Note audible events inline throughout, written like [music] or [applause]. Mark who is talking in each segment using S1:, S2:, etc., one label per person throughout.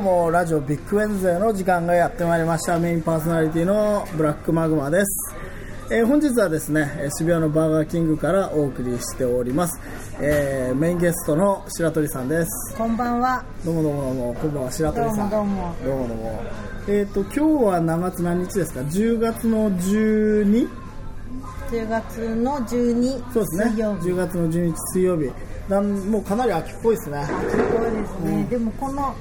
S1: もラジオビッグウェンズデーの時間がやってまいりましたメインパーソナリティのブラックマグマです、えー本日はですねえー渋谷のバーガーキングからお送りしております、えーメインゲストの白鳥さんです
S2: こんばんは。
S1: どうもどうもどうもこんばんは白鳥さん
S2: どうも
S1: どうもどうもえっ、と今日は何月何日ですか10月の 12?
S2: 10月の12
S1: そうですね
S2: 水曜日。
S1: 10月の12日水曜日なんもうかなり秋っぽいですね
S2: そうですね。でもこの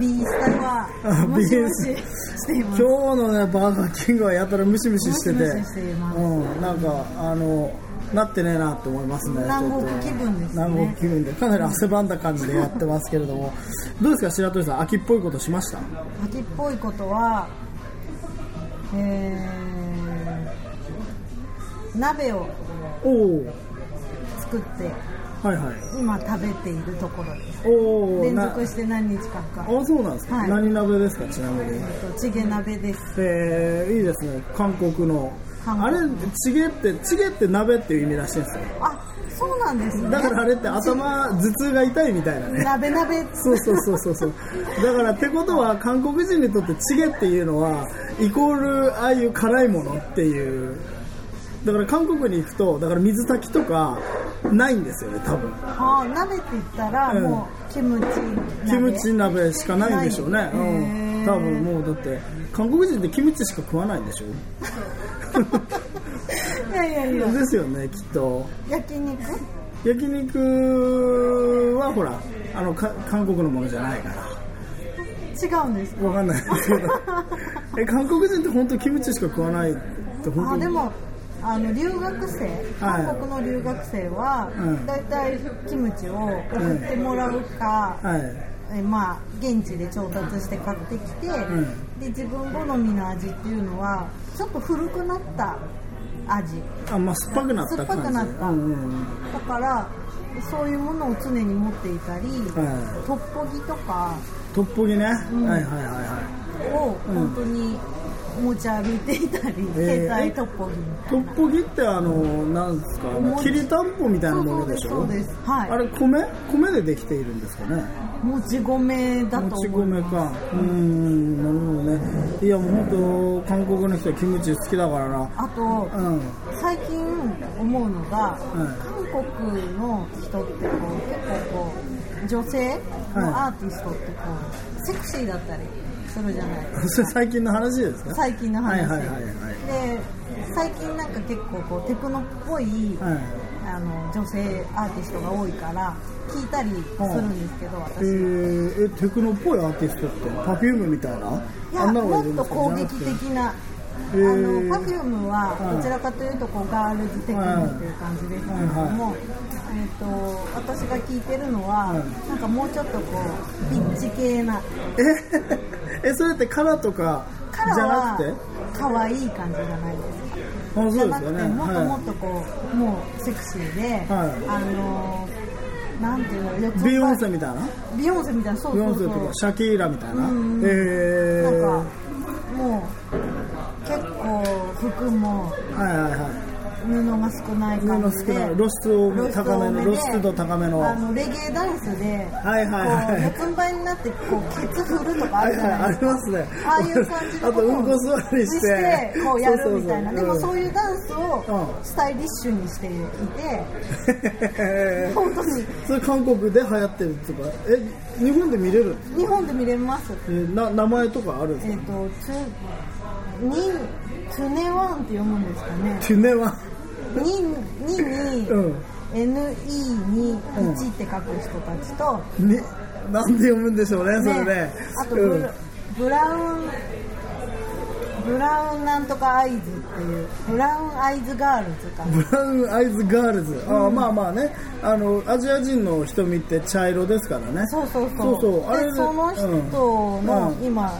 S2: B スタ
S1: あ
S2: はムシムシ
S1: B
S2: しています。
S1: 今日のねバーガーキングはやたらムシムシしてて
S2: ムシムシしています
S1: うん、なんかあのなってねえなって思いますね
S2: 南国
S1: ちょっと
S2: 気分ですね
S1: 南国気分でかなり汗ばんだ感じでやってますけれど
S2: [laughs]
S1: もどうですか白鳥さん秋っぽいことしました
S2: 秋っぽいことは、えー、鍋を
S1: おお
S2: 作って
S1: はいはい
S2: 今食べているところです。
S1: おお
S2: 連続して何日間か。
S1: あそうなんですか、
S2: はい
S1: 何鍋ですかちなみ
S2: え
S1: に
S2: っとチゲ鍋です。
S1: えー、いいですね韓国の
S2: 韓国
S1: あれチゲってチゲって鍋っていう意味らしいんですよ
S2: あ、そうなんですね。
S1: だからあれって頭頭痛が痛いみたいなね
S2: 鍋鍋。
S1: そうそうそうそうそう。だからってことは韓国人にとってチゲっていうのはイコールああいう辛いものっていう。だから韓国に行くとだから水炊きとかないんですよね多分。
S2: あー鍋って言ったら、
S1: うん
S2: もうキムチ鍋
S1: キムチ鍋しかないんでしょうね。
S2: ない
S1: うん。
S2: へー
S1: 多分もうだって韓国人ってキムチしか食わないんでしょ。
S2: いやいやいや
S1: [laughs] ですよねきっと。
S2: 焼肉
S1: 焼肉はほらあのか韓国のものじゃないから。
S2: 違うんです
S1: わかんない
S2: [laughs]
S1: ですけどえ韓国人って本当キムチしか食わないって本
S2: あ
S1: 当
S2: ー
S1: に
S2: でもあの留学生
S1: はい
S2: 韓国の留学生は、
S1: うん
S2: だいたいキムチを送ってもらうか、
S1: はい
S2: えまあ現地で調達して買ってきて、
S1: ん
S2: で自分好みの味っていうのはちょっと古くなった味
S1: あまあ酸っぱくなった感じ
S2: 酸っぱくなった
S1: うんうんうん
S2: だからそういうものを常に持っていたり、
S1: はい
S2: トッポギとか
S1: トッポギね、
S2: ん
S1: はいはいはいは
S2: を本当に持ち歩いていたり、
S1: えー
S2: 携帯トッポギみ
S1: い
S2: た
S1: ト
S2: いな
S1: ッポギってあのなんですかあの
S2: お餅
S1: きりたんぽみたいなものでしょ
S2: そうですそうですはい
S1: あれ米米でできているんですかね
S2: もち米だ
S1: も
S2: と
S1: ち
S2: 思い
S1: 米
S2: ます
S1: かうーんなるほどねいやもう本当韓国の人はキムチ好きだからな
S2: あと、
S1: うん
S2: 最近思うのが、
S1: う
S2: 韓国の人ってこう結構こう女性のアーティストってこう、セクシーだったりするじゃないですか
S1: それ最近の話ですか
S2: 最近の話、
S1: はいはいはいはい
S2: で最近なんか結構こうテクノっぽい、
S1: はい
S2: あの女性アーティストが多いから聞いたりするんですけど、
S1: え
S2: 私
S1: ー、えテクノっぽいアーティストってパフュームみたいないあ
S2: や
S1: んなのが
S2: も
S1: いる
S2: っ
S1: んで
S2: と
S1: すか
S2: 攻撃的な、
S1: へー
S2: あの Perfume
S1: はい
S2: はどちらかというとこうガールズテクノっていう感じですけれども、えー、と私が聞いてるのは、
S1: はい
S2: なんかもうちょっとこうピッチ系な
S1: じゃなくてええそれってカラーとか
S2: カラ
S1: じ
S2: ー
S1: ゃなくて
S2: は可愛い感じじゃないですか
S1: あそうです
S2: じゃな
S1: よ
S2: くて
S1: ね
S2: もっともっ
S1: は
S2: とこう、もうセクシーで、
S1: はい
S2: あのなんていうの四つん
S1: い
S2: 這い
S1: ビヨンセみたいな
S2: ビヨンセみたいなそう
S1: ビヨ
S2: そ
S1: ン
S2: う
S1: セ
S2: そ
S1: と
S2: う
S1: かシャキーラみたいな
S2: うん
S1: え
S2: なん
S1: ー、
S2: かもう結構服も
S1: はいはいはい
S2: 布が少ない
S1: 布
S2: 感
S1: の
S2: じ
S1: 少
S2: で
S1: ない露出を高めの
S2: 露
S1: 露出度高めの
S2: あ
S1: は
S2: のレゲエダンスで
S1: はいはいはい
S2: こう四つん這いになってこうケツ振るとか
S1: い
S2: あるじゃ
S1: はい
S2: な
S1: あ
S2: いです
S1: り
S2: か、
S1: ますね
S2: ああいう感じの
S1: あと
S2: ことを
S1: うんこ座りして
S2: してこうやるみたいな
S1: そうそうそう
S2: でもそういうダンスを
S1: うん
S2: スタイリッシュにしていて
S1: うん
S2: 本当に
S1: [laughs] それ韓国で流行ってるとかえ日本で見れるんですか
S2: 日本で見れます
S1: えーな名前とかあるんです
S2: えっ、
S1: か
S2: とチュニチュネワンって読むんですかね
S1: トゥネ
S2: [laughs]
S1: は
S2: ニにに、
S1: うん
S2: NE に1って書く人たちと、
S1: ね、なんで読むんでしょうね、それね。
S2: あとブ,、
S1: うん、
S2: ブラウンブラウンなんとかアイズっていうブラウンアイズガールズか
S1: ブラウンアイズガールズ。あーまあまあね、あの、アジア人の瞳って茶色ですからね。
S2: そうそうそう
S1: そうそうあれ
S2: でその人の
S1: うん
S2: 今、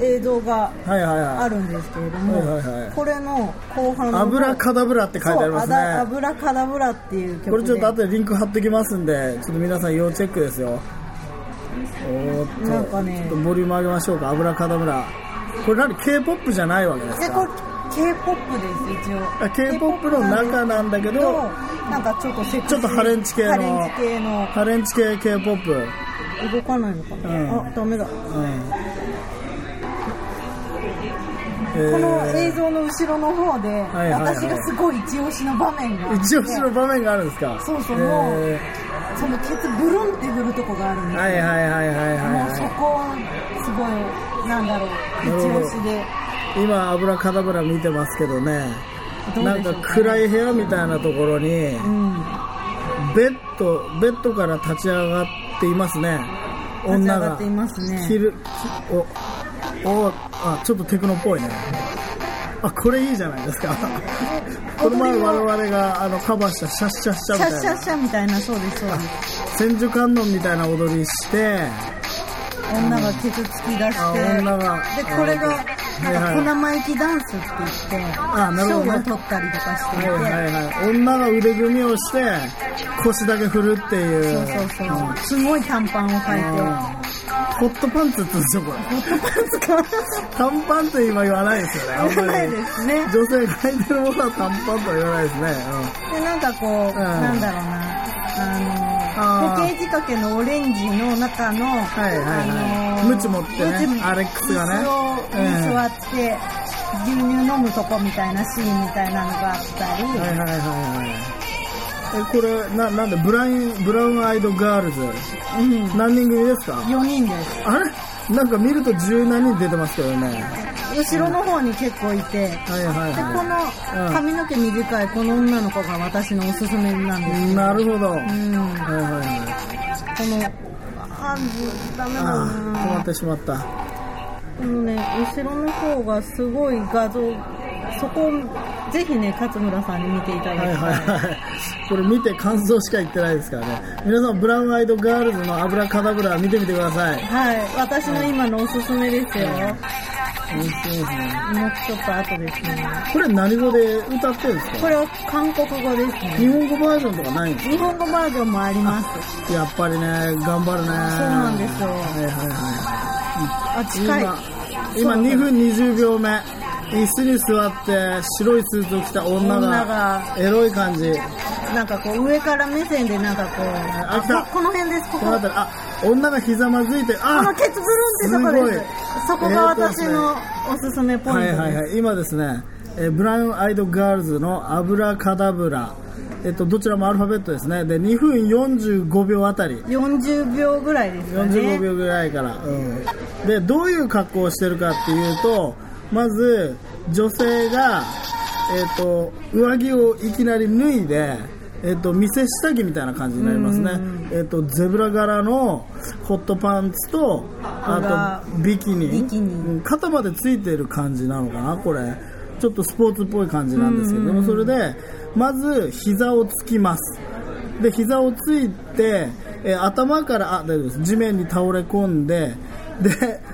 S2: 映像が
S1: はいはい
S2: あ
S1: はい。
S2: るんですけれども、
S1: はいはいはい
S2: これの後半の
S1: アブラカダブラって書いてあります
S2: そうア
S1: ね。
S2: ブラカダブラっていう曲で
S1: これちょっと後でリンク貼ってきますんで、ちょっと皆さん要チェックですよ。おーっと、
S2: なんかね
S1: ちょっとボリューム上げましょうか、アブラカダブラ。これ何 ?K-POP じゃないわけです
S2: でこ
S1: か
S2: れ K-POP です一応
S1: あ K-POP の中なんだけど
S2: なんかちょっとセクシー
S1: ちょっとハレンチ系の
S2: ハレンチ系の
S1: ハレンチ系 K-POP。
S2: 動かないのかな、
S1: うん
S2: あダメだこ
S1: うん
S2: の
S1: え
S2: 映像の後ろの方で、
S1: いはいはい
S2: 私がすごい一押しの場面があ
S1: ー、
S2: って
S1: 一押しの場面があるんですか
S2: そうそうもう
S1: え
S2: そのケツブルンって振るとこがあるん
S1: ー
S2: ですよ
S1: はいはいはいはいはい
S2: もうそ
S1: は
S2: こすごいなんだろう一押しで
S1: い今油かだぶら見てますけどね
S2: どうでしょう
S1: なんか暗い部屋みたいなところに
S2: うん
S1: ベッドベッドから立ち上がっていますね
S2: 立ち
S1: 女
S2: 上が
S1: が
S2: っていますね
S1: 着るきおおあちょっとテクノっぽいねあこれいいじゃない
S2: [laughs]
S1: ですかこの前
S2: 踊りも
S1: 我々があのカバーしたシャッシャッシャ
S2: シ
S1: み
S2: ャッ
S1: たい
S2: シャ
S1: な
S2: ッシャみたいなそうですそうです
S1: 千手観音みたいな踊りして
S2: 女が傷つき出
S1: あ
S2: して
S1: 女が
S2: でこれが
S1: い
S2: なんか小生意気ダンスって言って
S1: あなるほどね
S2: 賞を取ったりとかしてい
S1: は
S2: て、
S1: いはいはい女が腕組みをして腰だけ振るってい
S2: そううそうそう、
S1: ん
S2: すごい短パンを履い
S1: あーホットパンツって言うんですよこれ
S2: てホットパンツ買わ
S1: 短パンって今言わないですよねあんまり
S2: ないですね
S1: 女性が履いてるものは短パンとは言わないですね、
S2: でなんかこう、なんだろうなあ
S1: あー
S2: の時計仕掛けのオレンジの中の、
S1: はいはいはい
S2: あの
S1: ムチ持ってね
S2: ムチ
S1: アレックスがね
S2: 椅子
S1: う
S2: を
S1: ん
S2: に座って、牛乳飲むとこみたいなシーンみたいなのがあったり、
S1: うん、はいはいはいはいえこれななんでブラインブラウンアイドガールズ
S2: うん、
S1: 何人組ですか
S2: 4人です
S1: あれなんか見ると十何人出てますけどね
S2: 後ろの方に結構いて、
S1: はいはい
S2: でこ
S1: はうん
S2: の髪の毛短いこの女の子が私のおすすめなんです、
S1: いなるほど、
S2: う
S1: はい
S2: ん、こ
S1: はいはい
S2: のあダメだ
S1: あー止ま
S2: な
S1: ってしまった
S2: このね後ろの方がすごい画像そこをぜひね勝村さんに見ていただきた
S1: はい
S2: い、
S1: はいはいこれ見て感想しか言ってないですからね皆さんブラウンアイドガールズの油かだぶら見てみてください
S2: はい、私の今のおすすめですよ。もう
S1: 面白いですね
S2: ちょっと後ですね。
S1: これ何語で歌ってるんです
S2: こ
S1: か
S2: れは韓国語ですね。
S1: 日本語バージョンとかないんです
S2: 日本語バージョンもあります。
S1: かやっぱりね頑張るねそう
S2: なんですよ
S1: はいはいは
S2: あ、
S1: い
S2: 近い。
S1: 今今
S2: そう
S1: 2分20秒目椅子に座って白いスーツを着た女
S2: 女
S1: が
S2: が、
S1: エロい感じ
S2: なんかこう上から目線でなんかこう、
S1: あ来た
S2: あここの辺です、
S1: こ
S2: ここ。
S1: の辺りあ女がひざまずいて
S2: この
S1: あ
S2: ケツブルンってとこです
S1: ごい
S2: そこが私の
S1: え
S2: おすすめポイント
S1: は
S2: で
S1: い
S2: す。
S1: はいはい、今ですね、えーブラウンアイドガールズのアブラカダブラ、えっと、どちらもアルファベットですね、で2分45秒あたり、
S2: 40秒ぐらいですかね。
S1: 45秒ぐらいから、うんで、どういう格好をしてるかっていうと、まず、女性が、えっと、上着をいきなり脱いで、えっと、店下着みたいな感じになりますね、えっと、ゼブラ柄のホットパンツと、あとビキニ。
S2: ビキニ
S1: うん肩までついてる感じなのかなこれちょっとスポーツっぽい感じなんですけどもそれでまず膝をつきますで膝をついて、えー頭からあ大丈夫です地面に倒れ込んでで、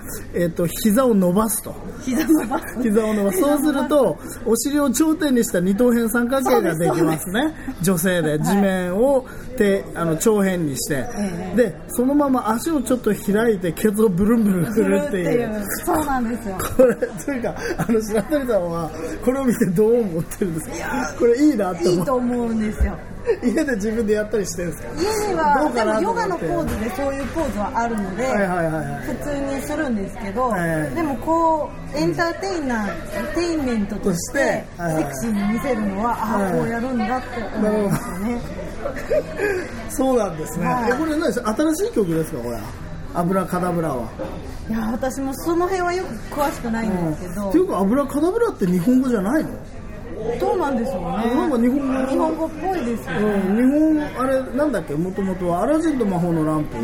S1: [laughs] えっと膝を伸ばすと
S2: 膝伸ばす。
S1: 膝を伸ばすそうするとお尻を頂点にした二等辺三角形ができますね女性で地面を手あの長辺にして、でそのまま足をちょっと開いてケツをブルンブルンするっていう。
S2: そうなんですよ。
S1: これと [laughs] いうかあの白鳥さんはこれを見てどう思ってるんですかこれいいなって
S2: い
S1: 思
S2: いうと思うんですよ。
S1: 家で自分でやったりしてるんですか
S2: 家に
S1: ど
S2: は
S1: う
S2: で
S1: かな
S2: も
S1: と
S2: ヨ
S1: 思っ
S2: ガ
S1: て
S2: のポーズでそういうポーズはあるので、
S1: はいはいはいはい
S2: 普通にするんですけど、
S1: はいはい
S2: でもこうエンターテイナーテインメントとし
S1: として
S2: て
S1: はいはい
S2: セクシーに見せるのは、
S1: はい
S2: ああこうやるんだって思うんですよね
S1: そうなんですね、
S2: はい
S1: えこれ何です新しい曲ですかこれ油カダブラはい
S2: や私もその辺はよく詳しくないんですけど、
S1: っていうか油カダブラって日本語じゃないの、
S2: どうなんでしょう
S1: なんか
S2: ね
S1: 日本語
S2: 日本語っぽいですよね、
S1: うん、日本あれなんだっけもともとはアラジンと魔法のランプ、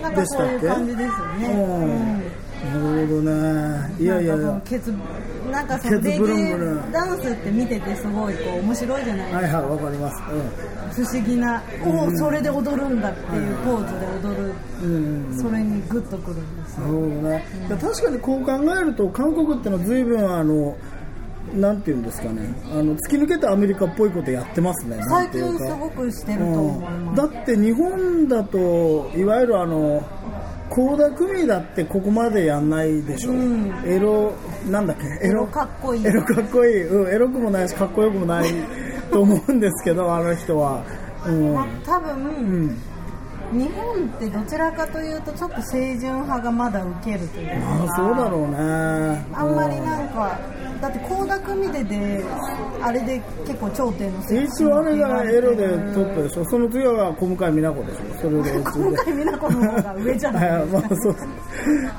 S2: なんかそういう感じですよね、
S1: うん
S2: うん
S1: なるほどねいやいやい
S2: なん
S1: や
S2: かこうケツなんかその
S1: ケ
S2: レ
S1: ツ
S2: ゲ
S1: ブルンブルン
S2: エダンスって見ててすごいこう面白いじゃないですか
S1: はいはいわかります
S2: 不思議な、おおそれで踊るんだっていうポーズで踊る、
S1: うん、うん
S2: それにグッとくるんです
S1: なるほどね、で確かにこう考えると韓国ってのは随分あのなんていうんですかねあの突き抜けたアメリカっぽいことやってますねな
S2: 最
S1: んてい
S2: 近
S1: うか
S2: すごくしてると思い
S1: うん
S2: ま
S1: だ
S2: す、
S1: って日本だといわゆるあの倖田來未だってここまでやんないでしょ、
S2: うん
S1: エロなんだっけエ
S2: エ
S1: ロ
S2: ロかっこいい
S1: エロかっこいい、うん、エロくもないしかっこよくもないと思うんですけどあの人は、うん、
S2: まあ多分、
S1: うん
S2: 日本ってどちらかというとちょっと清純派がまだ受けるというか
S1: ああそうだろうね
S2: あんまりなんかだって倖田來未でであれで結構頂点の
S1: うん
S2: 選
S1: 一応あれがエロでトップでしょその次は小向井美奈子でしょそれで
S2: 今回美奈子の方が上じゃない
S1: あまあそう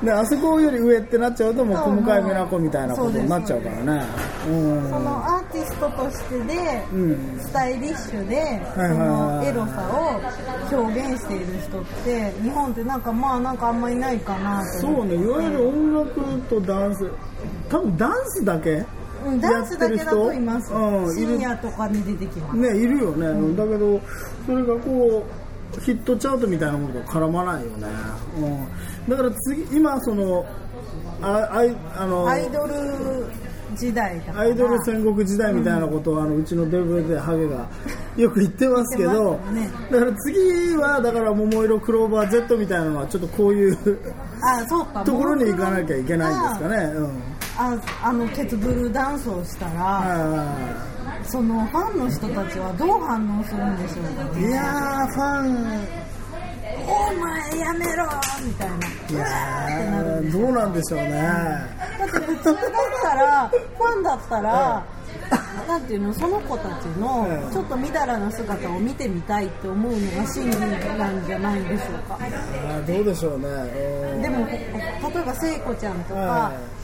S1: [laughs] であそこより上ってなっちゃうともう小向井美奈子みたいなことになっちゃうからねうん
S2: そのアーティストとしてで、
S1: うん
S2: スタイリッシュでそ
S1: はい
S2: の
S1: はい
S2: エロさを表現している人って日本ってなんかまあなんかあんまいないかなと
S1: そうねいわゆる音楽とダンス多分ダンスだけ
S2: うんダンスだけだといます、
S1: うんいる
S2: 深夜とかに出てきます、
S1: ねいるよね、だけどそれがこうヒットチャートみたいなものと絡まないよね、うん、だから次今そのああいあの
S2: アイドル時代だから
S1: アイドル戦国時代みたいなことを、あのうちのデブでハゲ
S2: [laughs]
S1: がよく言ってますけど
S2: 言って
S1: だから次はだから桃色クローバー Z みたいなのはちょっとこういう
S2: あそうか
S1: ところに行かなきゃいけないんですか
S2: ね
S1: ね、うん、
S2: ああのケツブルーダンスをしたら、
S1: あ
S2: そのファンの人たちはどう反応するんでしょうか
S1: ーいやーファン
S2: お前やめろみたいない
S1: やーどうなんでしょうね、
S2: だって普通だったらファンだったら、なんていうのその子たちの
S1: うん
S2: ちょっとみだらな姿を見てみたいって思うのが真理なんじゃないでしょうか
S1: あーどうでしょうね、うん
S2: でも例えば聖子ちゃんとか、
S1: はい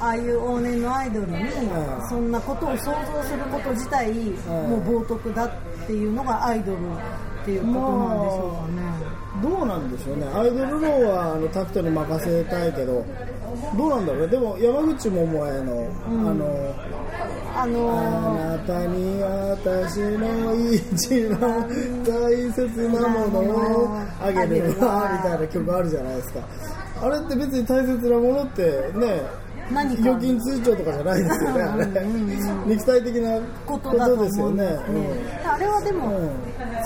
S2: ああいう往年のアイドルに、
S1: はい
S2: そんなことを想像すること自体、もう冒涜だっていうのがアイドルっていうことなんでしょうかね、
S1: どうなんでしょうね、アイドル論はあのタクトに任せたいけど、どうなんだろうね、でも山口百恵の、あの、
S2: あのー
S1: あなたに私の一番大切なものをあげるわみたいな曲あるじゃないですか。あれって別に大切なものってね、
S2: 何か
S1: 預金通帳とかじゃないですよね、あれ
S2: うんうん。
S1: 肉体的な
S2: こ
S1: こと
S2: だと
S1: とです
S2: 思
S1: よ
S2: うん
S1: ね。
S2: ですね
S1: うん
S2: あれはでも、
S1: うん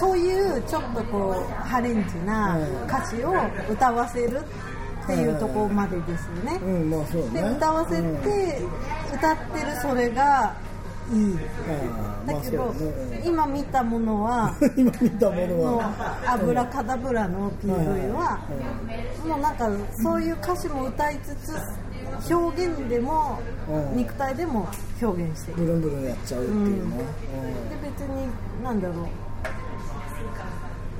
S2: そういうちょっとこうハレンチな歌詞を歌わせるっていうところまでですよね、
S1: うん、まあそうね。
S2: で歌わせて、
S1: うん
S2: 歌ってるそれがいいだ
S1: だ
S2: けど、今見たも
S1: [laughs]
S2: のは
S1: 今見たもの
S2: の
S1: は、
S2: 油カダブラの PV はもうなんかそういう歌詞も歌いつつ表現でも
S1: うん
S2: 肉体でも表現している
S1: ブルンブルンやっちゃうっていうね。
S2: で別になんだろ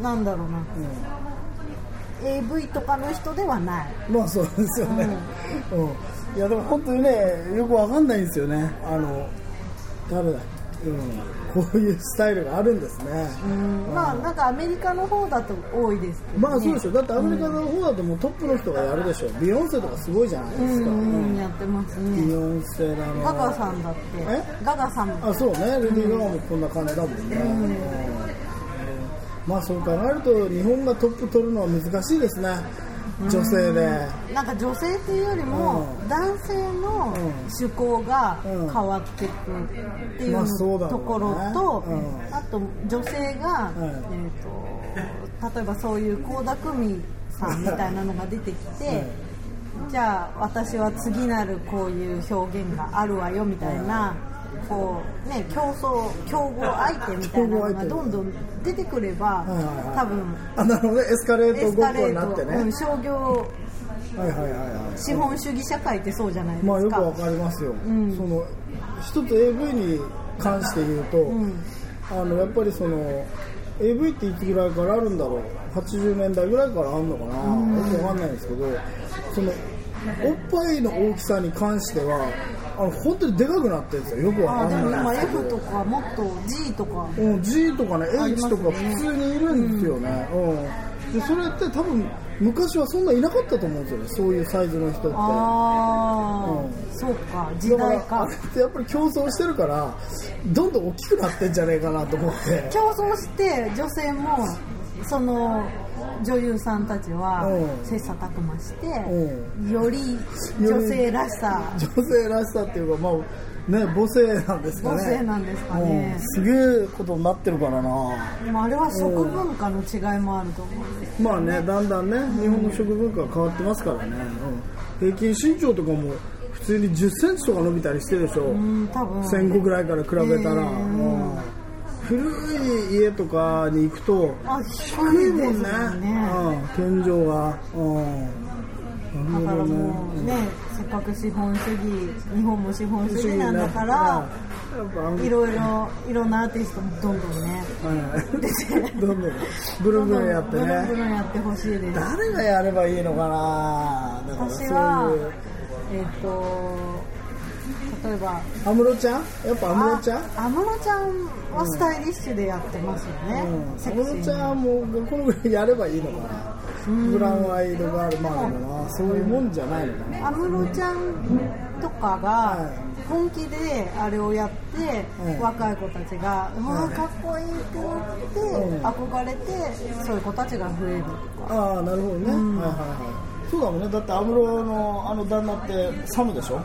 S2: うなんだろうな
S1: うん
S2: AV とかの人ではない
S1: うんまあそうですよね。うん。いやでも本当にね、よくわかんないんですよね。あの、誰だっけうん。こういうスタイルがあるんですね。
S2: うんまあなんかアメリカの方だと多いですけど、ね、
S1: まあそうでしょ。だってアメリカの方だともうトップの人がやるでしょ。ビヨンセとかすごいじゃないで
S2: う
S1: すか。
S2: んうんやってます
S1: ビ
S2: ね
S1: ヨンセだの。
S2: ガガさんだって
S1: え
S2: ガガさんも
S1: あそうねレディー・ガガもこんな感じだもんね、うんまあそう考えると日本がトップ取るのは難しいですね女性で
S2: なんか女性っていうよりも
S1: う
S2: 男性の趣向が変わっていくっていう
S1: まあそうだろうね
S2: ところと
S1: うん
S2: あと女性が、
S1: うん
S2: えー、と例えばそういう倖田來未さんみたいなのが出てきて。じゃあ私は次なるこういう表現があるわよみたいな、こうね競争競合相手みたいなのがどんどん出てくれば、
S1: いはいはい
S2: 多分
S1: あなるほどねエスカレー
S2: エ
S1: ト
S2: ス
S1: ご
S2: カ
S1: っこ
S2: レ
S1: になってね、
S2: ート、うん、商業
S1: はいはいはいはい
S2: 資本主義社会ってそうじゃないですか。
S1: まあよくわかりますよ、
S2: ん
S1: その一つ AV に関して言うと、
S2: ん
S1: あのやっぱりその AV っていつぐらいからあるんだろう80年代ぐらいからあるのかな、よくわかんないんですけどそのおっぱいの大きさに関してはあの本当にでかくなってるんですよよく
S2: あ
S1: わ
S2: で
S1: か
S2: も
S1: んな
S2: 今
S1: いですけ
S2: F
S1: ど
S2: とかもっと G とか
S1: うん G とかね
S2: あり
S1: H
S2: ます
S1: と
S2: ね
S1: か普通にいるんですよね、うん、でそれって多分昔はそんないなかったと思うんですよねそういうサイズの人って
S2: ああ、
S1: う
S2: そうか時
S1: だ
S2: 代
S1: からあ
S2: か
S1: れってやっぱり競争してるからどんどん大きくなってんじゃねえかなと思って
S2: 競争して女性もその女優さんたちは
S1: うん
S2: 切磋琢磨して、
S1: う
S2: より女性らしさ
S1: 女性らしさっていうかまあね母性なんですかね
S2: 母性なんですかね
S1: うんすげえことになってるからな
S2: でもあれは食文化の違いもあると思うんです
S1: まあねだんだんね日本の食文化が変わってますからね、うん平均身長とかも普通に1 0ンチとか伸びたりしてるでしょ、
S2: うん多分
S1: 戦後ぐらいから比べたら、
S2: うん
S1: うん古い家とかに行くと
S2: あ
S1: 低
S2: 低
S1: い
S2: い
S1: も
S2: で
S1: ん
S2: す
S1: ね
S2: もんね
S1: うん、天井が、うん、な
S2: だ
S1: る
S2: か
S1: ほ
S2: ら
S1: ど
S2: もう
S1: ね
S2: ねせっかく資本主義日本も資本主義なんだから
S1: やっぱあの
S2: [laughs] いろいろいろんなアーティストもどんどんね
S1: はい、どんどんブルブルやって
S2: ブルンブ
S1: ね
S2: ルンやってほしいです
S1: 誰がやればいいのかなだから
S2: 私
S1: そ
S2: は
S1: ういう
S2: えっ、と例えば
S1: 安室ちゃんやっぱ安室ちゃん
S2: あ安室ちゃんはスタイリッシュでやってますよね、
S1: うん
S2: セ
S1: 安
S2: クシー
S1: 室
S2: に
S1: ちゃんもこのぐらいやればいいのかなブラウンアイドガールまあでもなそういうもんじゃないのかな
S2: 安室ちゃんとかが本気であれをやって、
S1: うん
S2: 若い子たちが、うわーかっこいいって思って、
S1: うん
S2: 憧れてそういう子たちが増える
S1: ああなるほどね、はいはいはいそうだもんねだって安室のあの旦那ってサムでしょ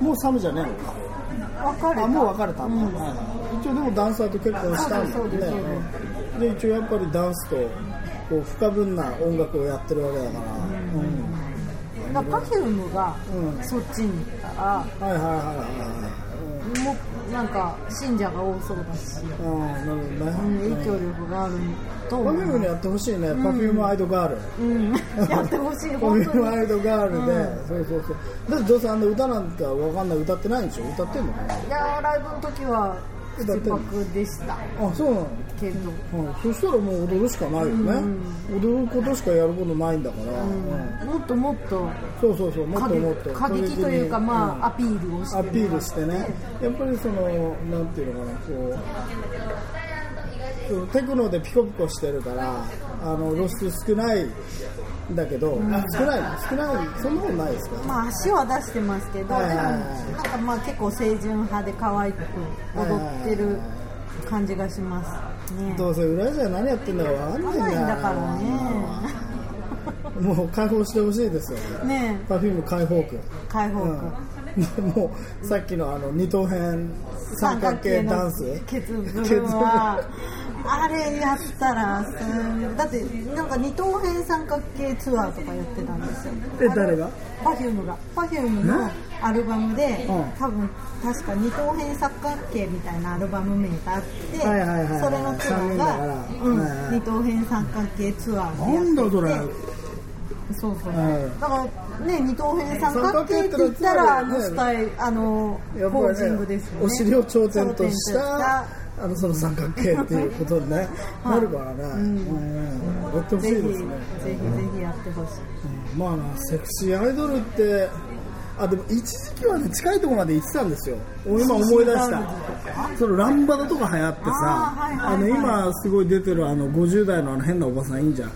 S1: もうサムじゃねえのか
S2: 別れた
S1: あもう別れたんだ、
S2: うん
S1: はいはい一応でもダンサーと結婚したんだよ
S2: そうですそうです
S1: ねうんで一応やっぱりダンスとこう不可分な音楽をやってるわけだから、うん
S2: だから Perfume が
S1: うん
S2: そっちに行ったら、
S1: はいはいはいはい
S2: もうなんか信者が多そうだし、
S1: うんああなるほどね、
S2: うん、
S1: うん
S2: 影響力があると
S1: パ
S2: 思
S1: フューム
S2: う
S1: にやってほしいね、パフュームアイドガール。
S2: うん、 [laughs] やってほしい
S1: [laughs] パフ
S2: 本
S1: ュ
S2: 当
S1: ームアイ
S2: に
S1: ドガールで、そうそうそう。だってどうせあんな歌なんかわかんない歌ってないんでしょ歌ってんのか
S2: いやーライブの時は
S1: 歌って
S2: 口
S1: んの
S2: パクでした
S1: なあ、そうなの、
S2: けど
S1: うん、そしたらもう踊るしかないよね、踊ることしかやることないんだから。うん
S2: もっともっと
S1: そうそうそう、もっともっと。
S2: 過激過激というか、まあ、ア
S1: あ、
S2: ピールをして
S1: アピールしてね。やっぱりその、なんていうのかな、こう。テクノでピコピコしてるからあの露出少ないんだけど、少ない少ないそんなことないですか
S2: まあ、足は出してますけど、
S1: はいはいはい
S2: でもなんかまあ結構清純派で可愛く踊ってる感じがしますね
S1: どうせ裏じゃ何やってんだかわかんないんだ
S2: わかんないんだか
S1: ね
S2: ら
S1: もう解放してほしいですよ
S2: ねえ
S1: Perfume 解放区、
S2: 開放
S1: う
S2: 君、
S1: ん、もうさっきのあの二等辺三角形ダンス
S2: ケツブルはあれやったらすんだってなんか二等辺三角形ツアーとかやってたんですよ
S1: え誰が
S2: Perfume が Perfume のアルバムで、
S1: うん
S2: 多分確か二等辺三角形みたいなアルバム名があってそ
S1: はい
S2: れ
S1: はいはいはい
S2: のツアー
S1: 三
S2: が、
S1: 人だから
S2: うん
S1: はいはい
S2: 二等辺三角形ツアーでやってて
S1: なんだそれ
S2: そうそう、
S1: はい
S2: だからね二等辺三角形って言ったらあ
S1: 三角
S2: の
S1: 形って
S2: ス
S1: のは
S2: タイあの
S1: やっ
S2: ポ
S1: ぱ
S2: ー
S1: り
S2: ジングですよね
S1: お尻を頂点とし
S2: 頂点と
S1: たあのその三角形っていうことに、ねなるからね、うんやってほしい
S2: ぜひ、
S1: ですね
S2: ぜひぜひやってほしい。
S1: うんまあなセクシーアイドルってあでも一時期はね近いところまで行ってたんですよ俺今思い出したそのランバダとか流行ってさ
S2: あーはいはいはい
S1: あの今すごい出てるあの50代のあの変なおばさんいいんじゃん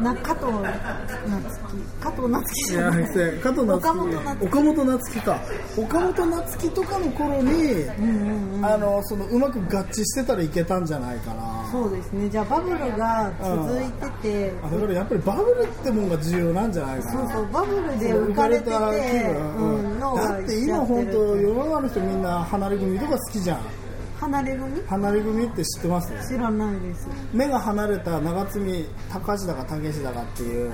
S2: な加藤夏樹、加藤夏樹
S1: い
S2: じゃ
S1: や
S2: ない。
S1: 失礼加藤夏
S2: 岡本夏
S1: 樹岡本夏樹か岡本夏樹とかの頃に、あのそのうまく合致してたらいけたんじゃないかな
S2: そうですね。じゃあバブルが続いてて、
S1: あだからやっぱりバブルってもんが重要なんじゃないかな
S2: そうそうバブルで浮かれてて、うん、脳
S1: だ
S2: が
S1: っ
S2: 行
S1: て
S2: っち
S1: 今
S2: ゃって
S1: 本
S2: る
S1: 当世の中の人みんな離れ組とか好きじゃん
S2: 離れ組？
S1: 離れ組って知ってます
S2: 知らないです。
S1: 目が離れた長住高橋だか武志だかっていう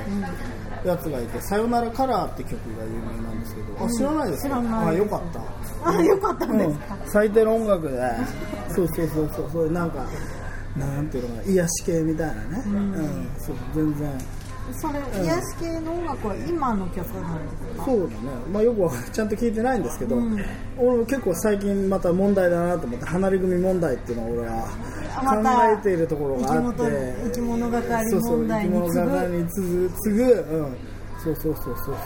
S1: やつがいて「さよならカラー」って曲が有名なんですけどあ知らないですか
S2: 知らない
S1: あ
S2: です
S1: よかった
S2: あ、よかったんですか。
S1: 最低の音楽でそうそうそうそうそうなんかなんていうのかな癒し系みたいなねうん、そう全然
S2: それ癒し系の音楽は今の曲なんですか。
S1: そうだねまあよくわかちゃんと聞いてないんですけど、俺も結構最近また問題だなと思って離れ組問題っていうのを俺
S2: また
S1: は考えているところがあって、
S2: 生き物生き物係
S1: そうそう
S2: 問
S1: 生き
S2: 題
S1: 物
S2: に次
S1: が
S2: ぐ。
S1: に次ぐ次ぐ、うん、そうそうそうそうそう、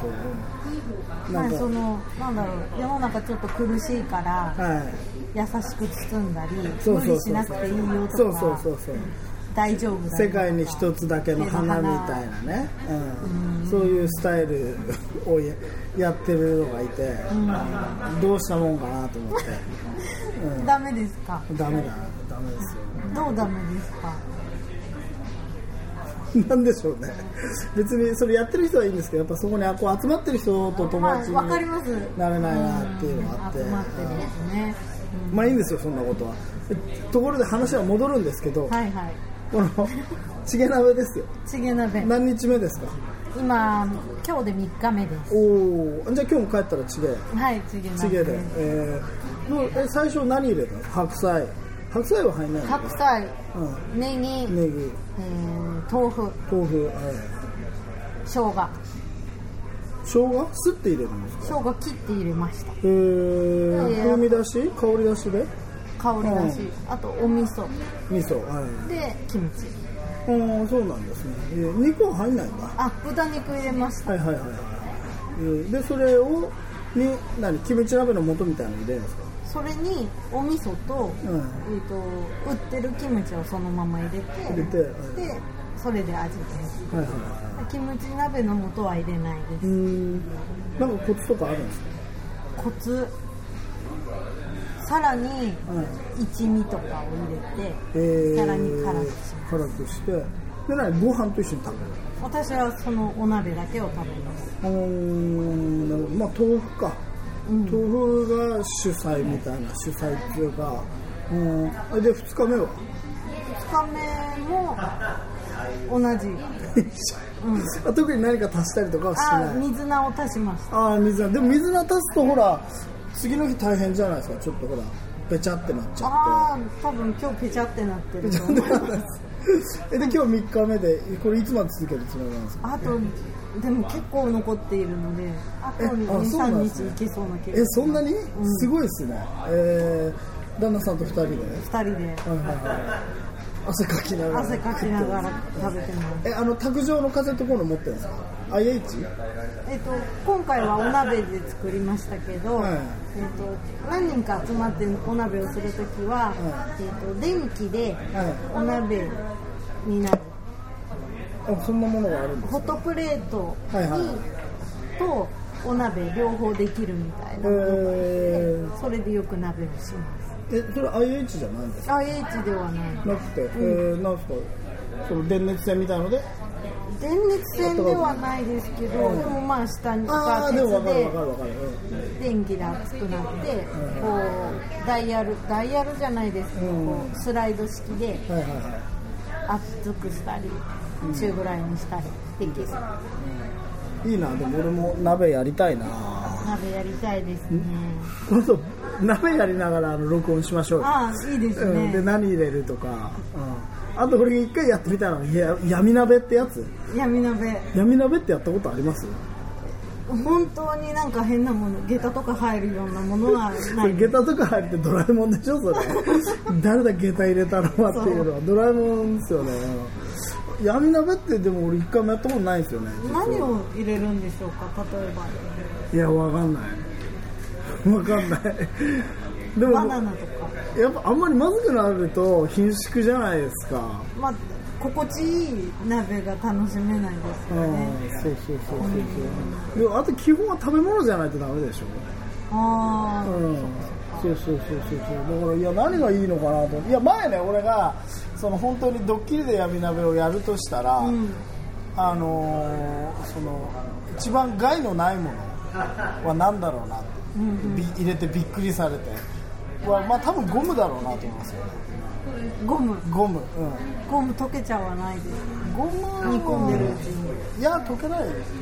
S1: うん、な
S2: まあ
S1: んか
S2: そのなんだろう世の中ちょっと苦しいから。
S1: はい
S2: 優しく包んだり
S1: そう
S2: 無
S1: そうそ
S2: 理し
S1: う
S2: なくていいよ
S1: そ
S2: と
S1: うそう
S2: か
S1: そうそう
S2: 大丈夫だよとか
S1: 世界に一つだけの花みたいなね、うん、そういうスタイルをややってるのがいて、どうしたもんかなと思って
S2: ダメですか
S1: ダメだなダメですよ
S2: どうダメですか
S1: [laughs] なんでしょうね別にそれやってる人はいいんですけどやっぱそこにこう集まってる人と友
S2: はい
S1: 達に
S2: わかります
S1: なれないなっていうのがあって
S2: 集まってるんですね
S1: まあいいんですよそんなことはところで話は戻るんですけど、
S2: うんはいはい
S1: このチゲ鍋ですよ
S2: チゲ鍋
S1: 何日目ですか
S2: 今今日で3日目です
S1: おおじゃあ今日も帰ったらチゲ
S2: はいチゲ鍋
S1: チゲで、えーもうえ最初何入れたの白菜白菜は入んないの
S2: 白菜、
S1: う
S2: ネギ、
S1: ネギ
S2: えー豆腐
S1: 豆腐はい
S2: 生姜
S1: 生姜すって入れるんですか
S2: 生姜切って入れました
S1: へー
S2: いや
S1: 風味出し香り出しで
S2: 香りだし、
S1: うん
S2: あとお味噌
S1: 味噌はい
S2: でキムチ
S1: うんそうなんですねえー肉は入んないんだ
S2: あ豚肉入れました
S1: はいはいはいはいえーでそれをに何キムチ鍋の素みたいなの入れるんですか
S2: それにお味噌と,、
S1: う
S2: うんん、と売ってるキムチをそのまま入れて
S1: 入れてうん
S2: でそれで味です
S1: はいはいは
S2: キムチ鍋の素は入れないで
S1: いう
S2: す、
S1: ーんなんかコツとかあるんですか
S2: コツさらに
S1: はい
S2: 一味とかを入れて、
S1: えー
S2: さらに辛くします
S1: 辛くしてで何ご飯と一緒に食べる
S2: 私はそのお鍋だけを食べます
S1: うーんなるほどまあ豆腐か、
S2: うん
S1: 豆腐が主菜みたいな主菜っていうかうんあで2日目は
S2: 2日目も同じ
S1: [laughs] あ特に何か足したりとかはし
S2: あ
S1: ない
S2: 水菜を足しました
S1: ああ水菜でも水菜足すとほら次の日大変じゃないですかちょっとほらべちゃってなっちゃ
S2: ああ多分今日ペチャってなってると
S1: って
S2: 思う
S1: [laughs] えで今日3日目でこれいつまで続けるつもりなんですか
S2: あとでも結構残っているのであと
S1: えあそうなん
S2: 23
S1: です
S2: 日
S1: ね
S2: いけそうな気が
S1: えそんなに、すごいですねえー、旦那さんと2人で
S2: 2人で
S1: はいはいはい汗かきながら
S2: 汗かきながら食べてます
S1: えあの卓上の風とこういうの持ってるんですか IH
S2: えっと、今回はお鍋で作りましたけど、
S1: はい
S2: えっと、何人か集まってお鍋をするときは、
S1: は
S2: えっと、電気で
S1: は
S2: お鍋になる
S1: あそんなものがあるんです
S2: ホットプレートに、
S1: はいはい
S2: とお鍋両方できるみたいな、
S1: え
S2: それでよく鍋をします
S1: ー、えそれ IH じゃないんですか
S2: IH ではない
S1: なくて、えー、なんですかその電熱線みたいので
S2: 電熱線ではないですけど、でもまあ下に
S1: ああ
S2: バ
S1: で
S2: ケ
S1: も
S2: ツ
S1: 分かる
S2: で
S1: 分かる分かる、
S2: 電気で熱くなって、こうダイヤルダイヤルじゃないですけど、
S1: うん
S2: こうスライド式で
S1: うん、はいはいはい
S2: 熱くしたり中ぐらいにしたりできる、
S1: いいなでも俺も鍋やりたいな [laughs]
S2: 鍋やりたいですね、
S1: 今度鍋やりながらあの録音しましょうよ
S2: ああいいです
S1: うん、
S2: ね、
S1: で何入れるとか、うん、あと俺一回やってみたいのはいや闇鍋ってやつ
S2: 闇鍋
S1: 闇鍋ってやったことあります
S2: 本当になんか変なもの下駄とか入るようなものは
S1: こ
S2: な
S1: れ
S2: い
S1: 下駄とか入ってドラえもんでしょ
S2: [laughs]
S1: それ誰だ下駄入れたのはっていうのはドラえもんですよねうん闇鍋ってでも俺一回もやったことないですよね
S2: 何を入れるんでしょうか例えば
S1: いやわかんないわかんないでも
S2: バナナとか
S1: やっぱあんまりまずくなると貧縮じゃないですか
S2: まあ心地いい鍋が楽しめないです
S1: う
S2: よね、
S1: んそうそうそうそうそうでもあと基本は食べ物じゃないとダメでしょ
S2: ああ
S1: うんそうそうそうそうそうだからいや何がいいのかなといや前ね俺がその本当にドッキリで闇鍋をやるとしたら、
S2: うん
S1: あのーその一番害のないものは何だろうなって、び入れてびっくりされてはまあ多分ゴムだろうなと思いますよね
S2: ゴム
S1: ゴム、うん、
S2: ゴム溶けちゃわないです
S1: ゴム
S2: 煮込んでるうちに
S1: いや溶けないです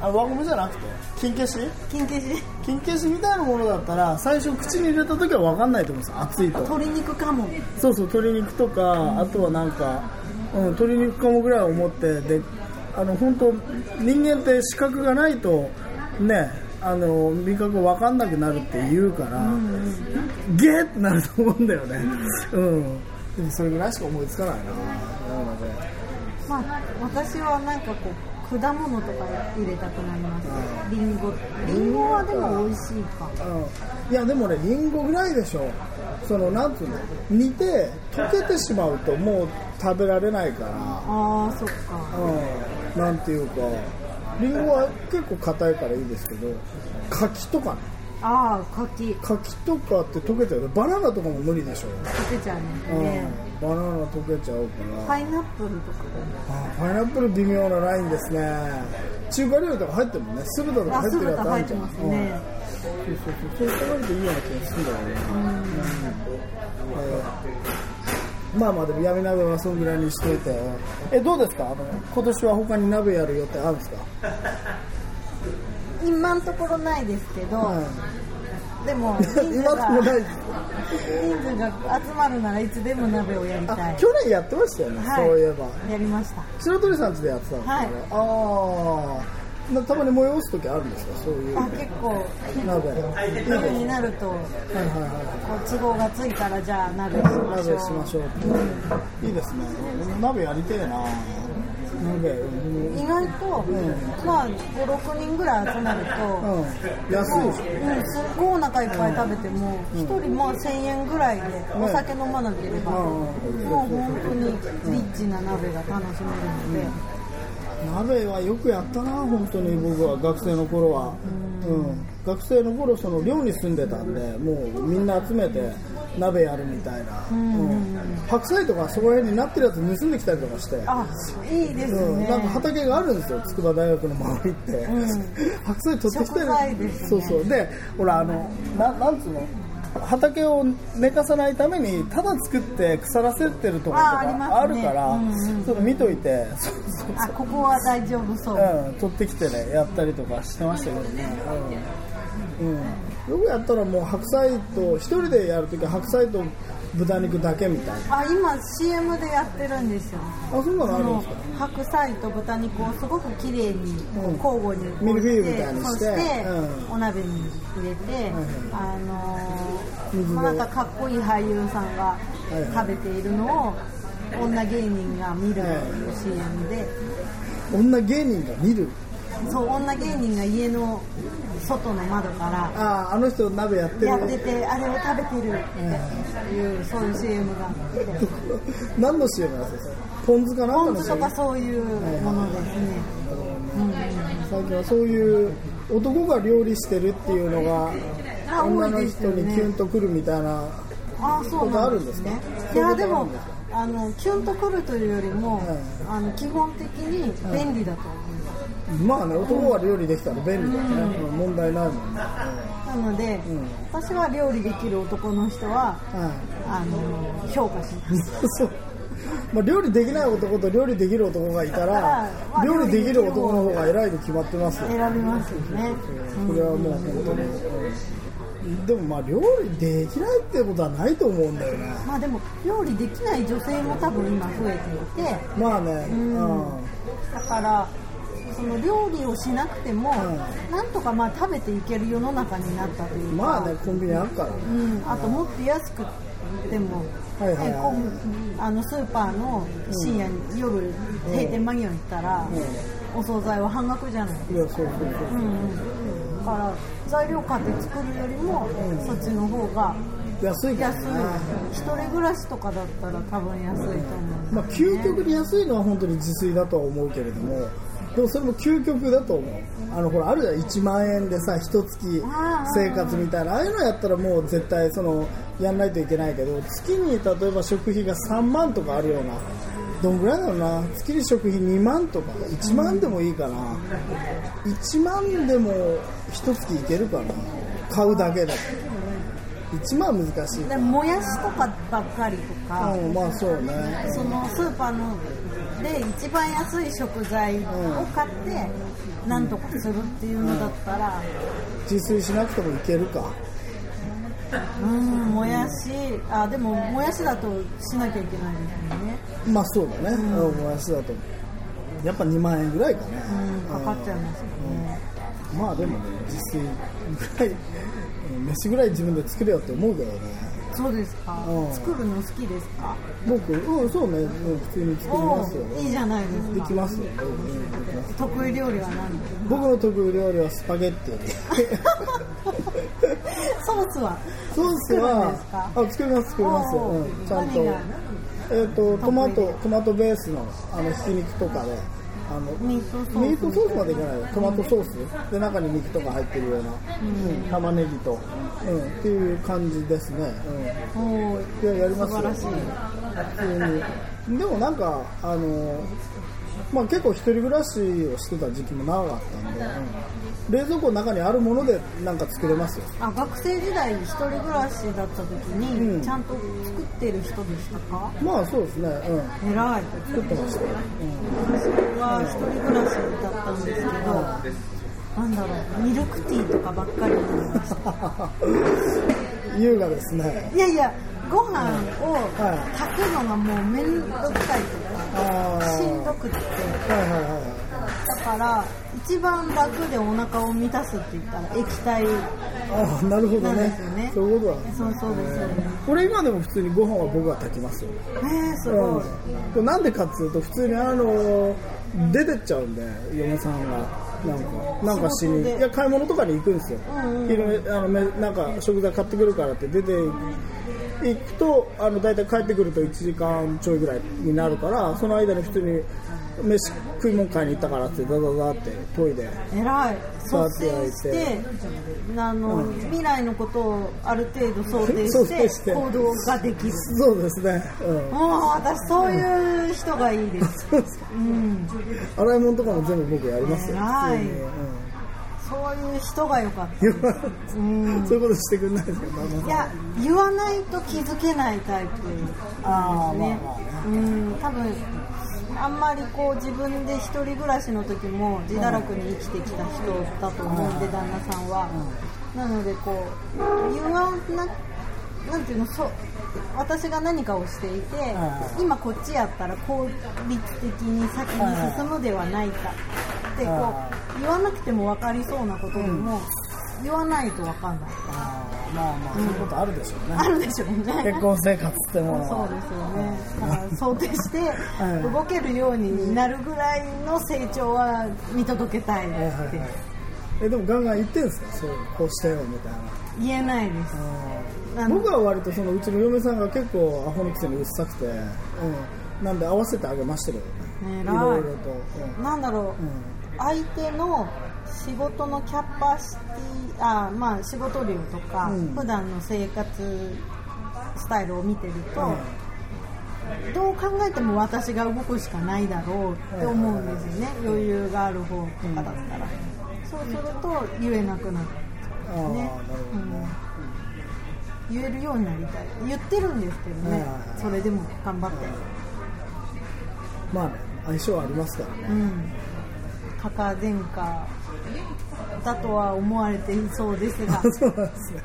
S1: あ輪ゴムじゃなくて金消し
S2: 金消し
S1: 金消しみたいなものだったら最初口に入れた時は分かんないと思うんですよ熱いと
S2: 鶏肉かも
S1: そうそう鶏肉とかあとはなんか、うん、鶏肉かもぐらい思ってであの本当人間って視覚がないとねあの味覚分かんなくなるって言うから、ゲーってなると思うんだよねうんでもそれぐらいしか思いつかないななので
S2: まあ私はなんかこう果物とか入れたくなりますリンゴリンゴはでも美味しいか
S1: うんいやでもねリンゴぐらいでしょそのなんていうの煮て溶けてしまうともう食べられないから
S2: ああそっか
S1: うんなんていうかリンゴは結構硬いからいいですけど柿とかね
S2: ああ柿
S1: 柿とかって溶けちゃうよねバナナとかも無理でしょ、
S2: 溶けちゃいます
S1: うん
S2: ね
S1: バナナ溶けちゃうから、
S2: パイナップルとか
S1: あパイナップル微妙なラインですね中華料理とか入ってるもんね酢豚とか
S2: あ
S1: 入って
S2: 酢
S1: るやつ
S2: 豚
S1: あ
S2: 入
S1: る
S2: っ
S1: じゃ
S2: て
S1: ん
S2: ますね
S1: うんそうそうそうそう考えるといいような気がするんだよねうんまあまあでも闇鍋はそんぐらいにしといてえどうですかあの今年は他に鍋やる予定あるんですか
S2: 今のところないですけど、
S1: はい
S2: でも人数
S1: [laughs] 今でも
S2: が
S1: ない
S2: 人数が集まるならいつでも鍋をやりた
S1: あ
S2: い
S1: 去年やってましたよね、
S2: はい
S1: そういえば
S2: やりました
S1: 白鳥さん家でやってたんです
S2: はい
S1: よね、ああーたまに催す時あるんですかそういう
S2: あ結構
S1: 鍋はい
S2: 夜になるとこ
S1: はいは
S2: う都合がついたらじゃあ鍋し
S1: い
S2: ましょ
S1: 鍋
S2: う
S1: しましょうって、いいですね鍋やりてえな鍋うん、
S2: 意外と、まあ56人ぐらい集まると、
S1: うん、安いでしょ
S2: うん、すっごいお腹いっぱい食べても、一人まあ1000円ぐらいでお酒飲まなければ、もう本当にリッチな鍋が楽しめるので、
S1: 鍋はよくやったな本当に僕は学生の頃は、うん、学生の頃その寮に住んでたんでもうみんな集めて鍋やるみたいな、うん白菜とかそこら辺になってるやつ盗んできたりとかして
S2: あいいです
S1: うん
S2: ね。
S1: なんか畑があるんですよ、筑波大学の周りって、 [laughs] 白菜取ってき
S2: 食
S1: た
S2: 材
S1: り、
S2: ですね
S1: そうそう、で、ほら、あのななんつうの、畑を寝かさないために、ただ作って腐らせてるところと
S2: あありますね
S1: かあるから、
S2: うんうん
S1: ちょっと見といて、そう
S2: あここは大丈夫そう、
S1: うん、取ってきてね、やったりとかしてましたけどね。うんうん、よくやったらもう白菜と一人でやるときは白菜と豚肉だけみたいな
S2: あ今 CM でやってるんですよ
S1: あそんなのあ
S2: あ
S1: るん
S2: の
S1: ですか
S2: 白菜と豚肉をすごく綺麗に
S1: うん
S2: こう交互に
S1: ミルフィーユ
S2: 置いて
S1: みたいにして
S2: そして、
S1: う
S2: お鍋に入れて、あ
S1: 水で
S2: のーまあ、なんかかっこいい俳優さんが
S1: いはい
S2: 食べているのを女芸人が見るという CM で、
S1: 女芸人が見る
S2: そう女芸人が家の外の窓から
S1: あああの人鍋やってる
S2: やっててあれを食べてるっていう、そういう CM があって
S1: [laughs] 何の CM なんですかポン酢かな
S2: ポン酢とかそういうものですね、
S1: 最近はそういう男が料理してるっていうのが
S2: あ
S1: 女
S2: 多
S1: の
S2: いです
S1: 人
S2: よね
S1: にキュンとくるみたいな
S2: ああそうなんですね
S1: ことあるんですか
S2: いやで
S1: そういう
S2: も
S1: ことあるんで
S2: あのキュンとくるというよりも、
S1: う
S2: あの基本的に便利だと思いま
S1: ま
S2: す、
S1: あね男が料理できたら便利だよね、うん問題ないもんね、
S2: なので、
S1: ん
S2: 私は料理できる男の人は
S1: はい
S2: あの評価します
S1: そうまあ、料理できない男と料理できる男がいた [laughs] ら
S2: まあ
S1: 料理できる男の方が偉いに決まってますよ
S2: 選びますよね、
S1: これはもう本当にうんでもまあ料理できないってことはないと思うんだよね
S2: まあでも料理できない女性も多分今増えていて
S1: まあねうん
S2: だからその料理をしなくても、
S1: う
S2: なんとかまあ食べていける世の中になったというか、
S1: まあねコンビニあるからね
S2: うん、あともっと安くでも、
S1: はいはいはい
S2: ねこうあのスーパーの深夜に、夜閉店間際に行ったら、お惣菜は半額じゃない、
S1: いやそうそう
S2: うんうん、だから材料買って作るよりも、そっちの方が
S1: そう安いから
S2: 安い
S1: ね
S2: 一人暮らしとかだったら多分安いと思う、
S1: まあ究極に安いのは本当に自炊だとは思うけれどもでもそれも究極だと思うあのほらあるじゃん1万円でさ一月
S2: あー
S1: 生活みたいなああいうのやったらもう絶対そのやんないといけないけど月に例えば食費が3万とかあるようなどんぐらいだろうな月に食費2万とか1万でもいいかな1万でも一月いけるかな買うだけだと1万難しい
S2: でもやしとかばっかりとか、
S1: うんまあそうね
S2: そのスーパーので一番安い食材を買って、なんとかするっていうのだったら、
S1: 自炊しなくてもいけるか
S2: うん、もやし、あ、でも、もやしだとしなきゃいけないですよね。
S1: まあそうだね、うん、もやしだとやっぱ2万円ぐらいかね、
S2: うん、かかっちゃいますよね。
S1: まあでもね実炊ぐらい [laughs] うん飯ぐらい自分で作れよって思うけどね
S2: そうですか
S1: う。ん
S2: 作るの好きですか。
S1: 僕うんそうね、うん、普通に作り
S2: お
S1: ますよ
S2: ーいいじゃないです
S1: で
S2: か
S1: き。ますよ、うんできます
S2: 得意料理は何です
S1: 僕の得意料理はスパゲッティ
S2: [laughs] か。ソースは。
S1: ソースはあ作ります作ります、
S2: おー
S1: うん、ちゃん
S2: 何
S1: と
S2: が
S1: えー、とトマトトマトベースのあのひき肉とかであの
S2: ミートソース
S1: ミートソースまでいかないよトマトソースで中に肉とか入ってるような、うん玉ねぎと、うん、っていう感じですね、
S2: おー
S1: うん、いややりま
S2: 素晴ら
S1: す
S2: しい
S1: よ。普通にでもなんかあの、まあ、結構一人暮らしをしてた時期も長かったんで、うん冷蔵庫の中にあるものでなんか作れますよ
S2: あ、学生時代一人暮らしだった時
S1: うん
S2: に、ちゃんと作ってる人でしたか。
S1: まあそうですね、うん、 [laughs]
S2: 偉い。
S1: 作ってましたよ
S2: 私は一人暮らしだったんですけど、なんだろうミルクティーとかばっかり飲んでました
S1: 優雅ですね [laughs]
S2: いやいやご飯を
S1: はい
S2: 炊くのがもうめんどくさいという
S1: ああ
S2: かしんど
S1: は
S2: くって
S1: いはいは
S2: だから一番楽でお腹を満たすって言ったら液体
S1: いああなるほど
S2: なん
S1: ね
S2: ですよね
S1: そういうことなんです
S2: そうそうですよね
S1: これ今でも普通にご飯は僕が炊きますよ、
S2: えー、す
S1: うん
S2: ごい、
S1: これなんでかっつうと普通にあの出てっちゃうんで嫁さんがなんかなんかしに
S2: 仕事で
S1: いや買い物とかに行くんですよ、
S2: うんうん
S1: 昼あのめなんか食材買ってくるからって出て行くとあの大体帰ってくると1時間ちょいぐらいになるからその間に普通に飯食い物買いに行ったからってダダダってトイレ
S2: 偉い率先し
S1: 育
S2: てあの、未来のことをある程度想定
S1: 想定
S2: し
S1: してて
S2: 行動ができる
S1: そうですね、うん、
S2: もう私そういう人がいいです、うん、
S1: 洗い物とかも全部僕やりますよ
S2: 偉
S1: 普
S2: い
S1: 通に、
S2: そういう人がよかった
S1: うん言わない
S2: うん
S1: そういうことしてくれないですか旦那さん
S2: いや言わないと気づけないタイプ
S1: ああ
S2: ね
S1: まあまあね、
S2: うん多分あんまりこう自分で一人暮らしの時も自堕落に生きてきた人だと思うんで旦那さんは、なのでこう言わななんていうのそう私が何かをしていて、
S1: うん
S2: 今こっちやったら効率的に先に進むではないかってこう言わなくても分かりそうなことでも、言わないと分かんない
S1: あーまあまあそういうことあるでしょうね、
S2: あるでしょうね
S1: 結婚生活っても
S2: そうですよね。だから想定
S1: [laughs]
S2: して
S1: い
S2: 動けるようになるぐらいの成長は見届けたい
S1: はいはい
S2: っ
S1: はい
S2: て
S1: えでもガンガン言ってんですかそうこうしたよみたいな
S2: 言えないです。あの
S1: 僕は割とそのうちの嫁さんが結構アホのくせにうっさくて、うん、なんで合わせてあげましたけどね
S2: 偉い
S1: いろいろと、
S2: なんだろ
S1: う
S2: う
S1: んう。ん
S2: 相手の仕事のキャパシティあまあ仕事量とか、
S1: うん
S2: 普段の生活スタイルを見てると、どう考えても私が動くしかないだろうって思うんですよね、余裕がある方とかだったら、そうすると言えなくなる
S1: ああ、な
S2: ね
S1: るほどね、
S2: 言えるようになりたい言ってるんですけど
S1: はい
S2: ね
S1: はいはい
S2: それでも頑張って
S1: まあね相性はありますからね
S2: うん過か前科だとは思われていそうです
S1: [laughs]
S2: が
S1: そうなんですね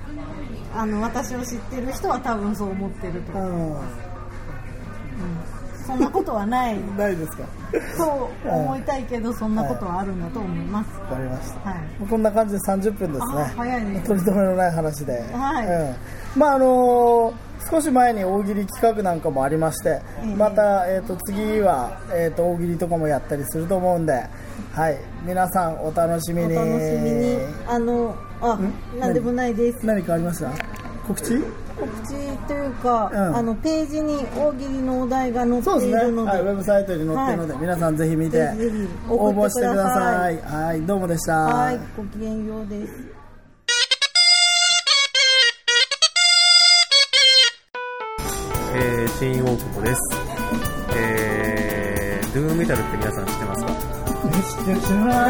S2: あの私を知ってる人は多分そう思ってると
S1: あ
S2: そんなことはない
S1: あないですか
S2: そう思いたいけどそんなことはあるんだと思います
S1: わかりました
S2: はい
S1: こんな感じで30分です
S2: あ
S1: ね。
S2: 早いね
S1: 取り留めのない話で。
S2: はい
S1: うんまああのー少し前に大喜利企画なんかもありまして、
S2: ええ
S1: また、えー、と次は、えー、と大喜利とかもやったりすると思うんで、はい、皆さんお楽しみ
S2: お
S1: に。
S2: 楽しみにあのあなんでもないです
S1: 何かありました告知
S2: 告知というか、
S1: うん
S2: あのページに大喜利のお題が載
S1: そう
S2: っ
S1: です
S2: てい
S1: ね、
S2: るので
S1: はい、ウェブサイトに載ってるので、皆さんぜひ見て
S2: ぜひぜひ
S1: 応
S2: 送
S1: 募
S2: っ
S1: して
S2: て
S1: く
S2: く
S1: だ
S2: だ
S1: さ
S2: さ
S1: い
S2: い
S1: はいどうもでした、 [laughs]
S2: はい、ごきげんようです。
S3: えー、新大久保です。えー、ドゥーンメタルって皆さん知ってますか
S1: 知らない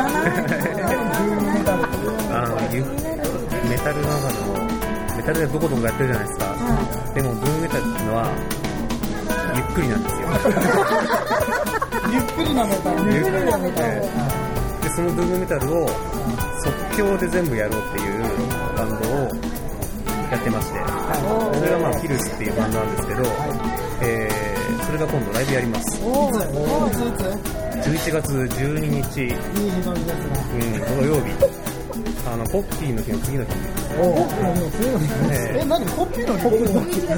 S3: あの、ゆメタルの中でも、メタルでどこどこやってるじゃないですか。でも、ドゥーンメタルってのは、ゆっくりなんですよ。
S1: ゆっくりなネタゆっくりなネタを
S3: で、そのドゥーンメタルを即興で全部やろうっていうバンドをやってまして、それがまあ、キルスっていうバンドなんですけど、えー、それが今度ライブやります。
S1: おーおーついつい
S3: 11月12日、
S1: いい日の日ですね。
S3: うん、土曜日。あの、ポッキーの日の次の日に
S1: おお、そうなんですね。え、何コッピーの日？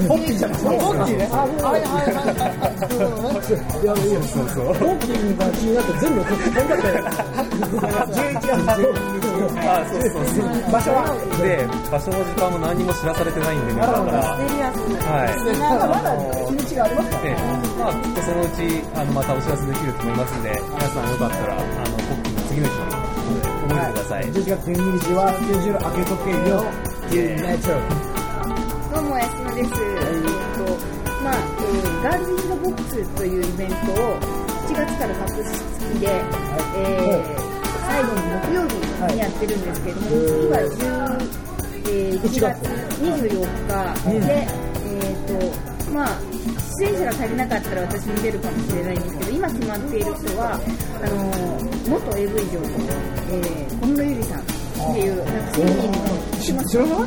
S1: コッピーじゃない。コッピーね。はいはいはい。やべえよ。
S3: そうそう。
S1: コッピーが気になって全部送って全部って。
S3: あ、そうそうそう。
S1: 場所は
S3: で、場所も時間も何も知らされてないんで、ね、だから、
S2: エリアス
S3: はい。
S1: まだまだ日にちがありますか
S3: で、まあ、きっとそのうち、あの、またお知らせできると思いますんで、皆さんよかったら、あの、ポッキーの次の日に、覚えてください。
S1: 11月12日はスケジュール開けとけよ。
S4: どうも、やすまです。えっと、まあ、えーガールズ・イン・ザ・ボックスというイベントを7月から各式で、えー最後の木曜日にやってるんですけども、次は10、えー1月24日で、えっと、まあ、出演者が足りなかったら私も出るかもしれないんですけど、今決まっている人は、あの元 AV 女優の、えー、小室ゆりさんっていう、なんかシンギングの、
S5: 知知らない、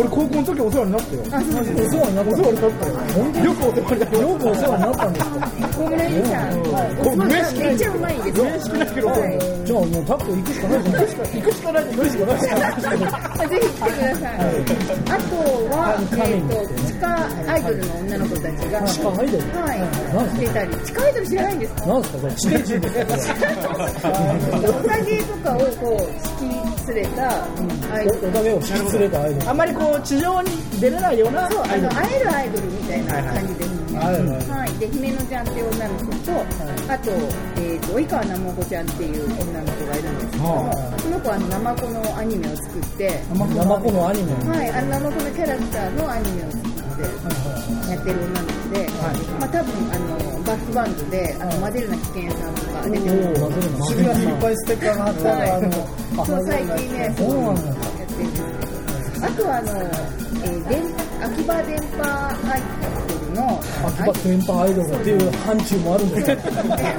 S5: 俺高校の時お世話になったよ
S4: あ、そう
S5: お
S4: です。
S5: 世話になったお世話になったよよくお世話になったよくお世話になったんです
S4: 小室ゆりさん、
S5: これ
S4: まあ
S5: 面識ない
S4: めっちゃうまいですよ。
S5: 面識ないけど、
S4: はい
S5: じゃあもうタップ行くしかないじゃない行くしかない行くしかない
S4: ぜひ来てください。あとは、えっ、と、地下アイドルの女の子たちが、
S5: しかないで
S4: はい、出たり、地下アイドル知らないんですか
S5: なんですかそれ地底人ですか
S4: おかげとかをこう、引き連れたアイドル。
S5: おかげを引き連れたアイドル
S1: あんまりこう地上に出れないような
S4: そう、あの、会えるアイドルみたいな感じですね。
S5: はいはい
S4: はい、で、姫野ちゃんっていう女の子と、あと、えっ、と、及川なもこちゃんっていう女の子がいるんですけども、その子はあの、なまこのアニメを作って、
S5: 生子のアニメ
S4: はい、あのナマコのキャラクターのアニメを作ってやってる女の子で、まあ多分あのバックバンドであのマデルナ危険さんとか出てる。
S5: おー
S1: 渋谷にいっぱいステッカーが貼ってあるあの
S4: はい、そう最近ね、そう
S5: そうな
S4: や
S5: ん
S4: って
S5: だ
S4: るんですけど。あとはあの、えー、電秋葉電波アイドルの
S5: 秋葉電波アイドルっていう範疇もある
S4: [laughs]
S5: んですよ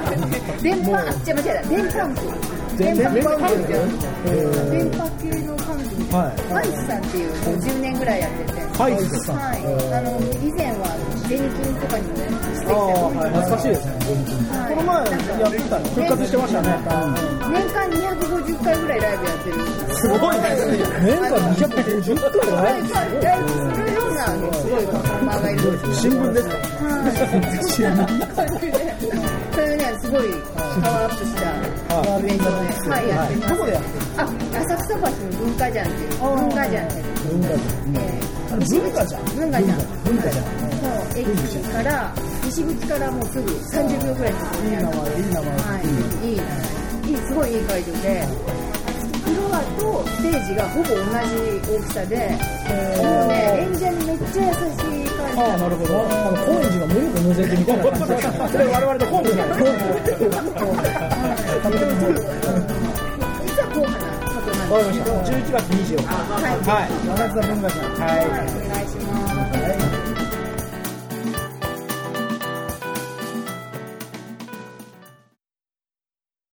S4: 電波あ違う違う電波部電波部じゃなくて電波系の感じみたいな、
S5: 電波部はい
S4: ファイスさんっていうもう10年ぐらいやってて
S5: ファイスさん
S4: はい
S5: えー
S4: あの以前はゼニキンとかにもねしてきた
S5: あ
S4: り
S5: あ懐かしいですね
S4: はい
S1: この前
S4: なんか
S1: やってたの復活してましたね
S4: 年間250回ぐらいライブやってるんです
S1: すごいですね
S5: 年間250回
S4: ラ
S5: ラ
S4: イ
S5: イ
S4: ブ
S5: ブ
S4: ライブするようなあのすごいパフォーマーがいるんです
S1: 新
S4: よ
S1: 聞ですか
S4: はい、そんな感じで、そういうね、すごいパワーアップしたイベントをね、はい、やってます。どこでやってあ、浅草橋の文化じゃんっていう、文化じゃんっていう。
S5: 文化
S4: え
S5: 文化じゃん
S4: ー文化じゃん。も
S5: 文化じゃん
S4: う駅から、西口からもうすぐ30秒ぐらいのところにあるので、は
S5: いい名前
S4: い、いいいい、すごいいい会場で、フロアとステージがほぼ同じ大きさで、もうね、演者にめっちゃ優しい感じ
S5: ああなるほどあの高円寺の無力無税みたいな感じだった
S1: それ我々の本部だ
S4: いざ硬派な里なんですけど、はい、
S1: 11月24日
S4: はい、
S1: はい中津田文化さんはい
S4: お願いします。